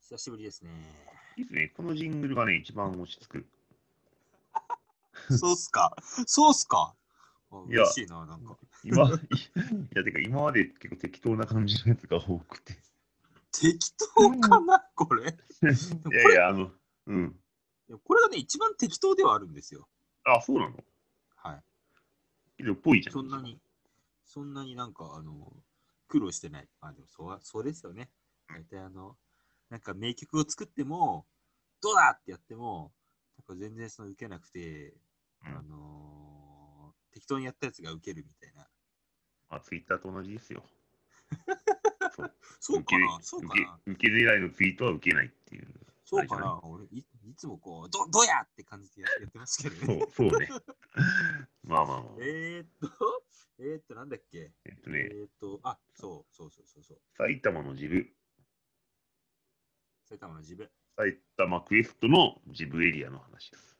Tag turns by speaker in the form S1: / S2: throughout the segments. S1: 久しぶりですね。
S2: いいですね。このジングルがね、一番落ち 着く。
S1: そうっすか。そうっすか。あ
S2: いや
S1: 嬉しいな、なんか。
S2: 今、いや、てか今まで結構適当な感じのやつが多くて。
S1: 適当かな、これ。
S2: いやいや、あの、うん。
S1: これがね、一番適当ではあるんですよ。
S2: あ、そうなの
S1: は
S2: けど、ぽい
S1: い。
S2: じゃん。
S1: そんなに、そんなになんか、あの、苦労してない。あ、でもそうは、そうですよね。大体あの、なんか名曲を作っても、どうだってやっても、なんか全然その受けなくて、
S2: う
S1: あ
S2: ん
S1: のー適当にやったやつが受けるみたいな。
S2: まあ、ツイッターと同じですよ。
S1: そうかな、そう
S2: 受
S1: か
S2: け
S1: な。
S2: 受け狙いのツイートは受けないっ ていう。
S1: そうか
S2: あれじゃ
S1: な、俺い、いつもこう、ど、どやって感じでややってますけど
S2: そ
S1: ね。
S2: う、そうね。まあまあまあ。
S1: えーっと、えーっと、なんだっけ
S2: えっと
S1: え
S2: ね、
S1: ーっと、あ、そうそうそうそうそう。
S2: 埼玉のジブ、
S1: 埼玉の自分。
S2: 埼玉クエストのジブエリアの話です。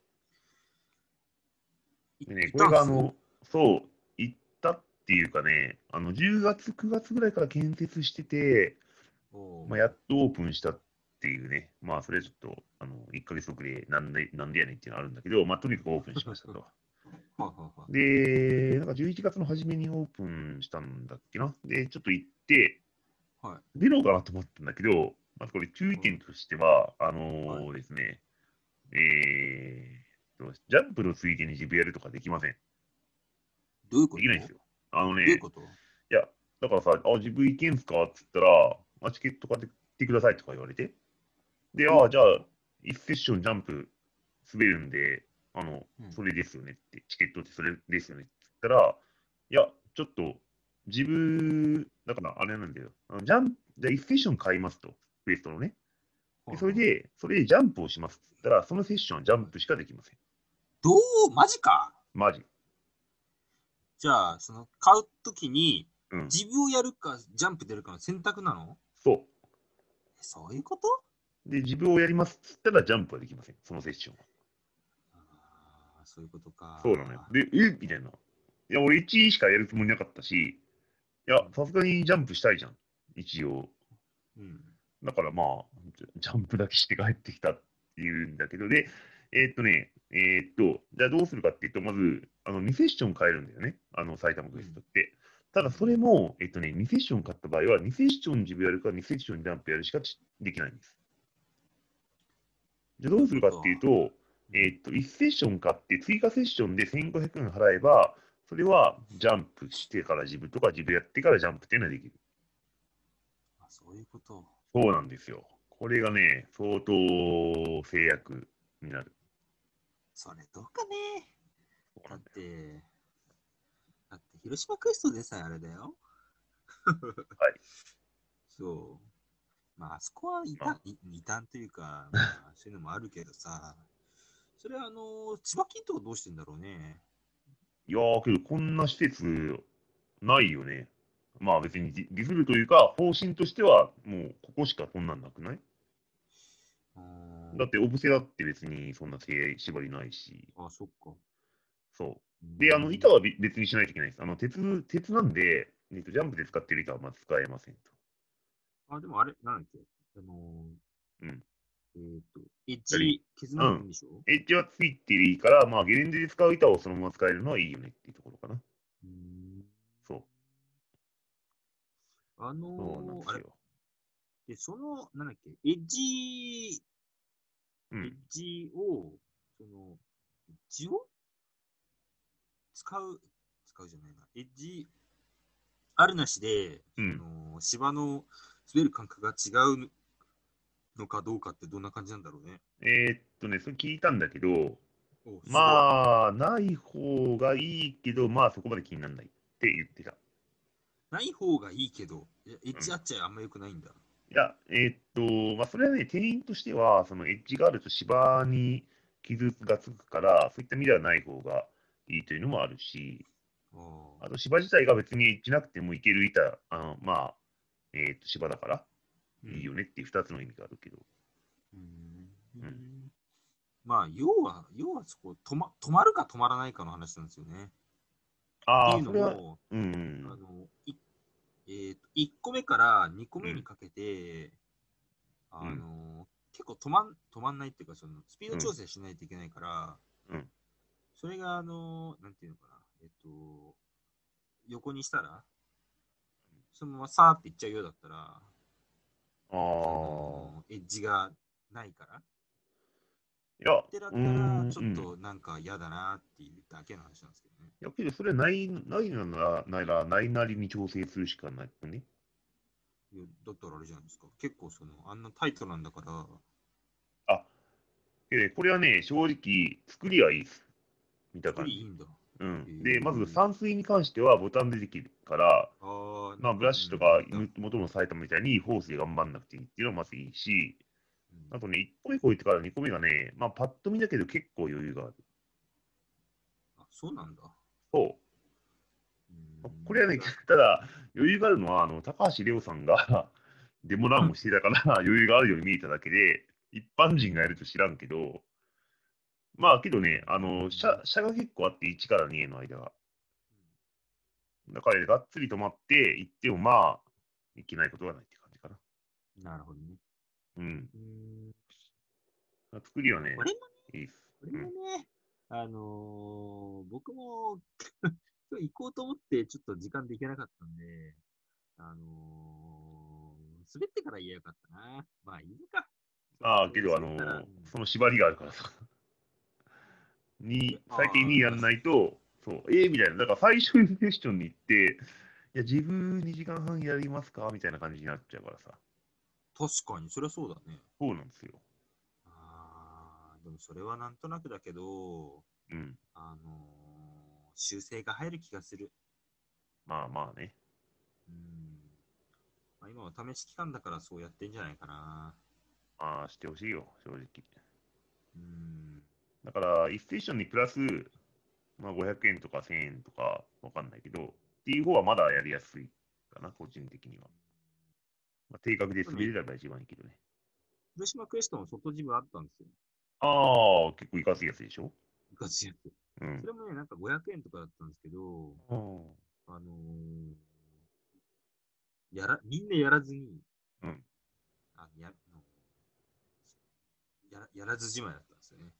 S1: い
S2: でね、これが
S1: いた
S2: あ、
S1: んす
S2: の、そう、行ったっていうかね、あの、10月、9月ぐらいから建設してて、
S1: おう
S2: まあ、やっとオープンしたっていうね、まあ、それはちょっと、あの、1ヶ月遅れ、なんで、なんでやねんっていうのはあるんだけど、まあ、とにかくオープンしましたと。
S1: はいはいはい
S2: で、なんか11月の初めにオープンしたんだっけな。で、ちょっと行って、
S1: は
S2: 出ろうかなと思ったんだけど、まずこれ注意点としては、あのーですね、えーっと、ジャンプのついでにジブやるとかできません。
S1: どういうこと
S2: できないんですよ。あのね、
S1: どういうこと
S2: いや、だからさ、あ、ジブ行けんすかって言ったら、あ、チケット買ってくださいとか言われて、で、あ、じゃあ、1セッションジャンプ滑るんで、あの、
S1: うん
S2: それですよねって、チケットってそれですよねって言ったら、いや、ちょっと、自分、だからあれなんだよ、あのジャンプ、じゃあ1セッション買いますと、クエストのね。でそれ、
S1: はいはい
S2: で、それでジャンプをしますって言ったら、そのセッションはジャンプしかできません。
S1: どうマジか
S2: マジ。
S1: じゃあ、その、買うときに、
S2: うん。
S1: 自分をやるか、ジャンプ出るかの選択なの
S2: そ
S1: そういうこと
S2: う。で、自分をやりますって言ったら、ジャンプはできません、そのセッションは。
S1: あーそういうことか。
S2: そうなのよ。で、えみたいな。いや、俺1位しかやるつもりなかったし、いや、さすがにジャンプしたいじゃん、一応。
S1: うん。
S2: だからまあ、ジャジャンプだけして帰ってきたっていうんだけど、で、えーっとね、えーっと、じゃあどうするかっていうと、まず、あの2セッション買えるんだよね、あの埼玉クエストって。ただそれも、えーっとね、2セッション買った場合は、2セッション自分やるか、2セッションジャンプやるしかちできないんです。じゃあどうするかっていうと、えーっと、1セッション買って、追加セッションで1500円払えば、それはジャンプしてから自分とか、自分やってからジャンプっていうのはできる。
S1: あそういうこと。
S2: そうなんですよ。これがね、相当制約になる。。
S1: それどうかね。だって、だって広島クエストでさえあれだよ。はいそう。まあ、あそこは異
S2: ま
S1: 端い異端というか、まあ、そういうのもあるけどさ、それはあの、千葉金とかどうしてんだろうね。
S2: いやー、けどこんな施設ないよね。まあ別にディディズルというか、方針としては、もうここしかこんなんなくない
S1: うん
S2: だって、オブセだって別にそんな制縛りないし、
S1: あ、そっか。
S2: そう。で、あの、板はべ別にしないといけないです。あの、鉄、鉄なんで、えっとジャンプで使ってる板はまあ使えませんと。
S1: あ、でもあれ、なんだっけ。あのー
S2: うん
S1: えっ、と、エッジ削らないんでしょ、
S2: エッジはついていいから、まあゲレンデで使う板をそのまま使えるのはいいよねっていうところかな。
S1: うーん、
S2: そう。
S1: あ
S2: そうなん
S1: の
S2: で
S1: ー、あ
S2: す
S1: れ、
S2: よ。
S1: で、その、なんだっけ、エッジ
S2: う
S1: エッ
S2: ん。
S1: ジを、その、エッジを使う、使うじゃないな。エッジあるなしで、
S2: うん
S1: あ。の芝の滑る感覚が違うのかどうかってどんな感じなんだろうね。
S2: えーっとね、それ聞いたんだけど、
S1: おすごい
S2: まあ、ない方がいいけど、まあそこまで気にならないって言ってた。い
S1: ない方がいいけど、いやエッジあっちゃあんま良くないんだ。
S2: や、えーっと、まあそれはね、店員としては、そのエッジがあると芝に傷がつくから、そういった意味ではない方がいいというのもあるし、
S1: あ
S2: あと芝自体が別にエッジなくてもいける板、あのまあ、えーっと、芝だからいいよ
S1: ね。
S2: ねっていう2つの意味があるけど、
S1: うん
S2: う
S1: まあ、要は、要はそこ、止ま止まるか止まらないかの話なんですよね。
S2: あ
S1: ってい
S2: あ、
S1: うの
S2: それは、
S1: も、
S2: うんう
S1: あ
S2: ん、
S1: の、いえーと1個目から2個目にかけて、あのー結構止まん止まんないっていうか、そのスピード調整しないといけないから、
S2: うん
S1: それが、あのーなんていうのかな、えっと、横にしたら、そのままさーっていっちゃうようだったら、
S2: あ
S1: あ
S2: あ。
S1: のーエッジがないから、っ
S2: いや、
S1: てなっ
S2: う
S1: た
S2: ー
S1: ら、
S2: ん
S1: ちょっとなんか嫌だなっていうだけの話なんですけどね。
S2: いやけど、それない、ないなら、ないなら、ないなりに調整するしかないよね。
S1: いやだったらあれじゃないですか、結構その、あんなタイトなんだから、
S2: あ、えこれはね、正直、作りはいいです。見た
S1: 作
S2: 感
S1: りいい
S2: じ。
S1: んだ。
S2: うん。
S1: へ
S2: で、
S1: ー
S2: まず散水に関してはボタンでできるから、
S1: あー
S2: まあ、ブラッシュとか
S1: うんうん、
S2: 元の埼玉みたいにホースで頑張んなくていいっていうのはまずいいし、
S1: う
S2: あ
S1: ん
S2: とね、1個目こいてから2個目がね、まあ、パッと見だけど結構余裕がある。
S1: あそうなんだ。
S2: そう。
S1: うん
S2: これはね、ただ、余裕があるのは、あの高橋玲央さんが デモランをしてたから、余裕があるように見えただけで、一般人がやると知らんけど、まあ、けどね、あの、車車が結構あって、1から2への間が。だから、がっつり止まって、行っても、まあ、いけないことはないって感じかな。
S1: なるほどね。
S2: うん。
S1: うん
S2: 作りはね、
S1: 俺も
S2: いいっす。
S1: これもね、あのー僕も 今日行こうと思って、ちょっと時間で行けなかったんで、あのー滑ってから言えよかったな。まあいいのか。
S2: ああ、けど、あの
S1: 滑ったらうん
S2: その縛りがあるからさ。に
S1: あー
S2: 最近2やんないと、そう、ええみたいな。だから最初にセッションに行って、いや、自分2時間半やりますかみたいな感じになっちゃうからさ。
S1: 確かに、そりゃそうだね。
S2: そうなんですよ。
S1: あーでもそれはなんとなくだけど、
S2: うん。
S1: あのー修正が入る気がする。
S2: まあまあね。
S1: うんまあ、今は試し期間だからそうやってんじゃないかな。
S2: まあ、してほしいよ、正直。
S1: うん
S2: だから、1セッションにプラス、まあ、500円とか1000円とか、わかんないけど、っていう方はまだやりやすいかな、個人的には。まあ、定額で滑れれば一番いいけどね。
S1: 広島クエストの外ジムあったんですよ。
S2: ああ、結構いかついやつでしょ
S1: いかついやつ。
S2: うん
S1: そ。れもね、なんか500円とかだったんですけど、
S2: うん
S1: あのーやら、みんなやらずに、
S2: うん
S1: あのやあのやらやらずじまいだったんですよね。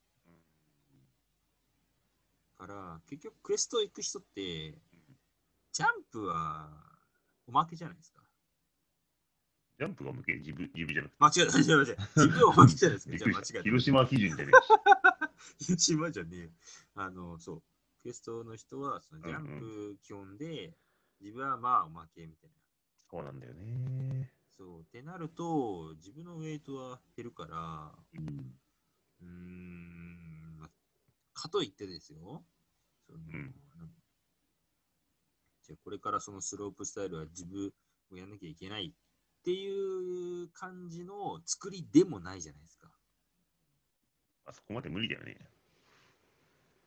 S1: だから、結局クエスト行く人って、ジャンプはおまけじゃないですか。
S2: ジャンプが向け、自分、自分じゃなくて。
S1: 間違えた、間 違えた。自分はおまけじゃないですか。
S2: びっ
S1: じゃあ
S2: くり
S1: 間違
S2: し
S1: え
S2: た。
S1: た。
S2: 広島基準じゃね
S1: 広島じゃねえよ。あの、そう。クエストの人は、そのジャン
S2: う
S1: プ基本で、自分はまあおまけみたいな。
S2: そうなんだよね。
S1: そう。ってなると、自分のウェイトは減るから、
S2: うん。
S1: うーん、まあかといってですよ。その
S2: うん
S1: なんじゃあこれからそのスロープスタイルは自分をやんなきゃいけないっていう感じの作りでもないじゃないですか。
S2: あそこまで無理だよね。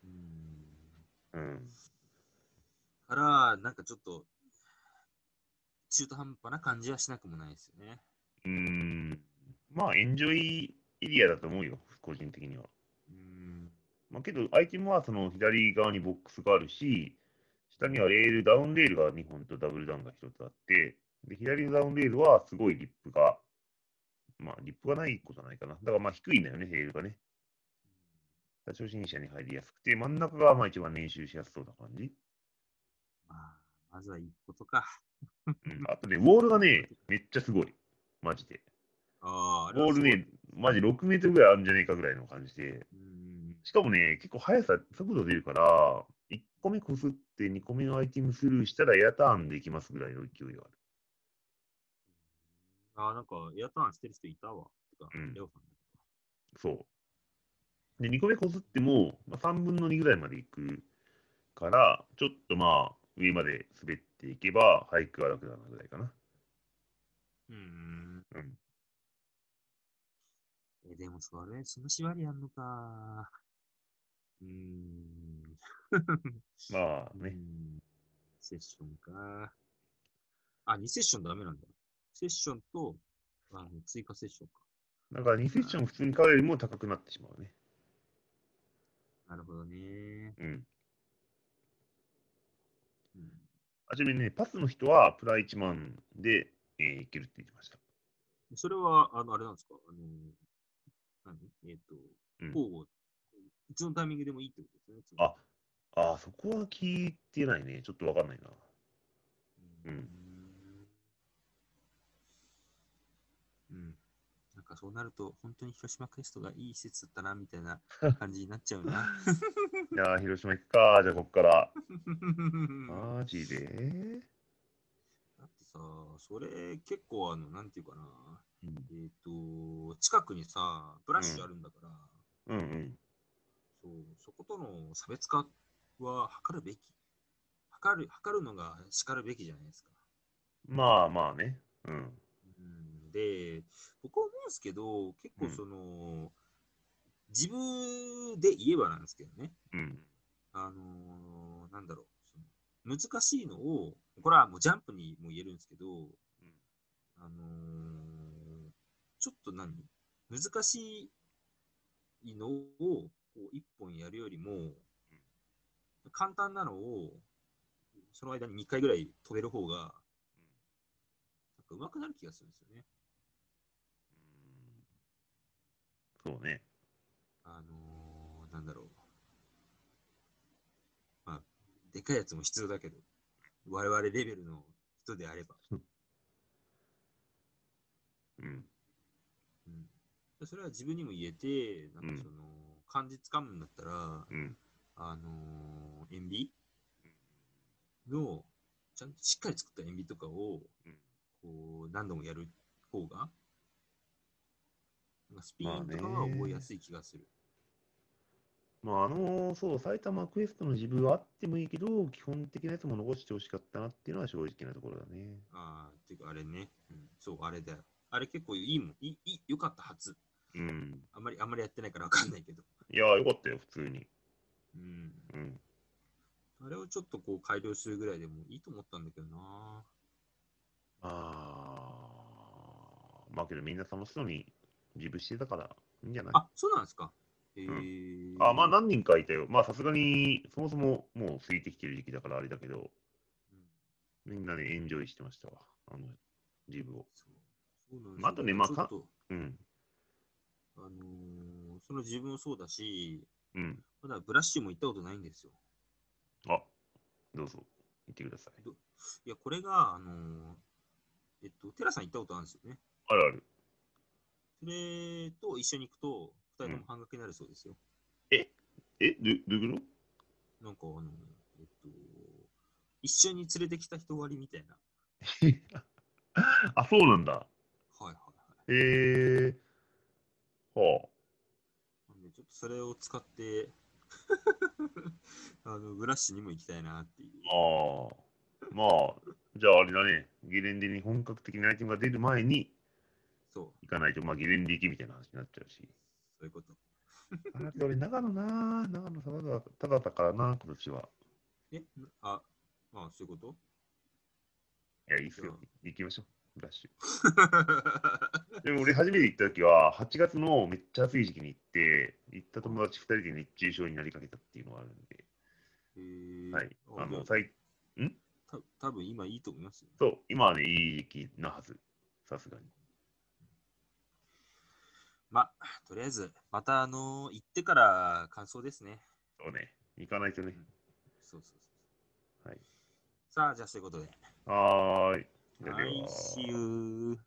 S1: うーん
S2: うん。
S1: から、なんかちょっと、中途半端な感じはしなくもないですよね。
S2: うん。まあ、エンジョイエリアだと思うよ、個人的には。
S1: うーん。
S2: まあ、けど、アイテムはその左側にボックスがあるし、下にはレール、ダウンレールが2本とダブルダウンが1つあって、で左のダウンレールはすごいリップが、まあ、リップがないことはないかな。だからまあ低いんだよね、レールがね。だから初心者に入りやすくて、真ん中がまあ一番練習しやすそうな感じ。
S1: まあ、まずは一個とか。
S2: うん、あとね、ウォールがね、めっちゃすごい。マジで。
S1: ああ、あ
S2: ウォールね、マジ6メートルぐらいあるんじゃねえかぐらいの感じで。
S1: うーん。
S2: しかもね、結構速さ、速度出るから、1個目こすって2個目のアイテムスルーしたらエアターンできますぐらいの勢いがある。
S1: ああ、なんかエアターンしてる人いたわ。てか、
S2: うん
S1: レオさんだけ
S2: そう。で、2個目こすっても、まあ、3分の2ぐらいまでいくから、ちょっとまあ、上まで滑っていけば、ハイクは楽だなぐらいかな。
S1: ど。うーん。
S2: うん。
S1: え、でもそれ、その縛りやんのか。うーん。
S2: まあ
S1: う
S2: ね
S1: ー。んセッションか。あ、2セッションダメなんだ。セッションと、あの追加セッションか。
S2: だから2セッション普通に買うよりも高くなってしまうね。
S1: なるほどね。
S2: うん。
S1: うん
S2: あちなみにね、パスの人はプラ1万で、えーいけるって言ってました。
S1: それは、あの、あれなんですかあの、何えっ、と、
S2: うん
S1: 交互、いつのタイミングでもいいってことですね。つまり
S2: あ、あー、そこは聞いてないね。ちょっとわかんないな。うん
S1: うん。うん。なんかそうなると、本当に広島クエストがいい施設だったな、みたい な感じになっちゃうな。
S2: いやー、広島行くか。じゃあ、こっから。
S1: だ
S2: マジで
S1: ってさ、それ結構、あの、なんていうかな。
S2: うん
S1: えっ、と、近くにさ、ブラッシュあるんだから、
S2: うんうん。
S1: そうそことの差別化は図るべき。図る、図るのが叱るべきじゃないですか。
S2: まあまあね。うん。
S1: うんで、僕は思うんですけど、結
S2: う
S1: 構
S2: ん
S1: その、自分で言えばなんですけどね、
S2: うん。
S1: あのーなんだろう、その難しいのを、これはもうジャンプにも言えるんですけど、あのーちょっと何難しいのをこう一本やるよりも、簡単なのを、その間に2回ぐらい飛べる方が、なんか上手くなる気がするんですよね。
S2: そうね。
S1: あのー、なんだろう。まあ、でかいやつも必要だけど、我々レベルの人であれば。
S2: うん。
S1: うん、でそれは自分にも言えて、なんかその、漢字つかむんだったら、
S2: うん。
S1: あのー、塩ビの、ちゃんとしっかり作った塩ビとかを、
S2: うん
S1: こう、何度もやる方が、なんかスピンとかは覚えやすい気がする。
S2: まあ、あのーそう、埼玉クエストの自分はあってもいいけど、基本的なやつも残してほしかったなっていうのは正直なところだね。
S1: ああ、っていうかあれね、うん、そう、あれだよ。あれ結構いいもん。いい、い良かったはず。
S2: うん。
S1: あんまり、あんまりやってないからわかんないけど。
S2: いやー、よかったよ、普通に。
S1: うん。
S2: うん。
S1: あれをちょっとこう改良するぐらいでもいいと思ったんだけどな。
S2: あー、まあけどみんな楽しそうに自分してたから、いいんじゃない
S1: あ、そうなんですか。えー、
S2: あまあ何人かいたよ。まあさすがに、そもそももう過ぎてきてる時期だからあれだけ
S1: う
S2: ど、
S1: ん
S2: みんなね、エンジョイしてましたわ、あの、自分を。
S1: そうそうなんですよ
S2: まああとねまあ
S1: ちょっと、
S2: うん、
S1: あのーその自分もそうだし、
S2: うん。
S1: まだブラッシュも行ったことないんですよ。
S2: あ、どうぞ、言ってください。
S1: いや、これが、あのーえっと、テラさん行ったことあるんですよね。
S2: あるある。
S1: それと一緒に行くと、二人とも半額になるそうですよ。
S2: ええど、どういうこ
S1: なんか、あの、えっと、一緒に連れてきた人割りみたいな。
S2: と あ、そうなんだ。
S1: はいはいは
S2: へえー。はあ。
S1: い。なんで、ちょっとそれを使って、 あの、ブラッシュにも行きたいなっていう。
S2: ああ。まあ、じゃああれだね、ゲレンデに本格的なアイテムが出る前に
S1: そう、
S2: 行かないと、まあゲレンデ行きみたいな話になっちゃうし。
S1: そういうこと。
S2: あだって俺、長野な、長野ただただだからな、今年は。
S1: え、なあ、あ、そういうこと
S2: いや、いいっすよ。行きましょう、ブラッシュ。でも俺、初めて行った時は、8月のめっちゃ暑い時期に行って、行った友達2人で熱中症になりかけたっていうのがあるんで、
S1: えー
S2: はい。あ
S1: じゃ
S2: の、最
S1: た多分今いいと思いますよ。
S2: そう、今はね、いい時期なはず、さすがに。
S1: まあ、とりあえず、またあのー行ってから感想ですね。
S2: そうね、行かないとね。
S1: そうそうそう。
S2: はい。
S1: さあ、じゃあそういうことで。
S2: はーい。ではでは
S1: はい、See you.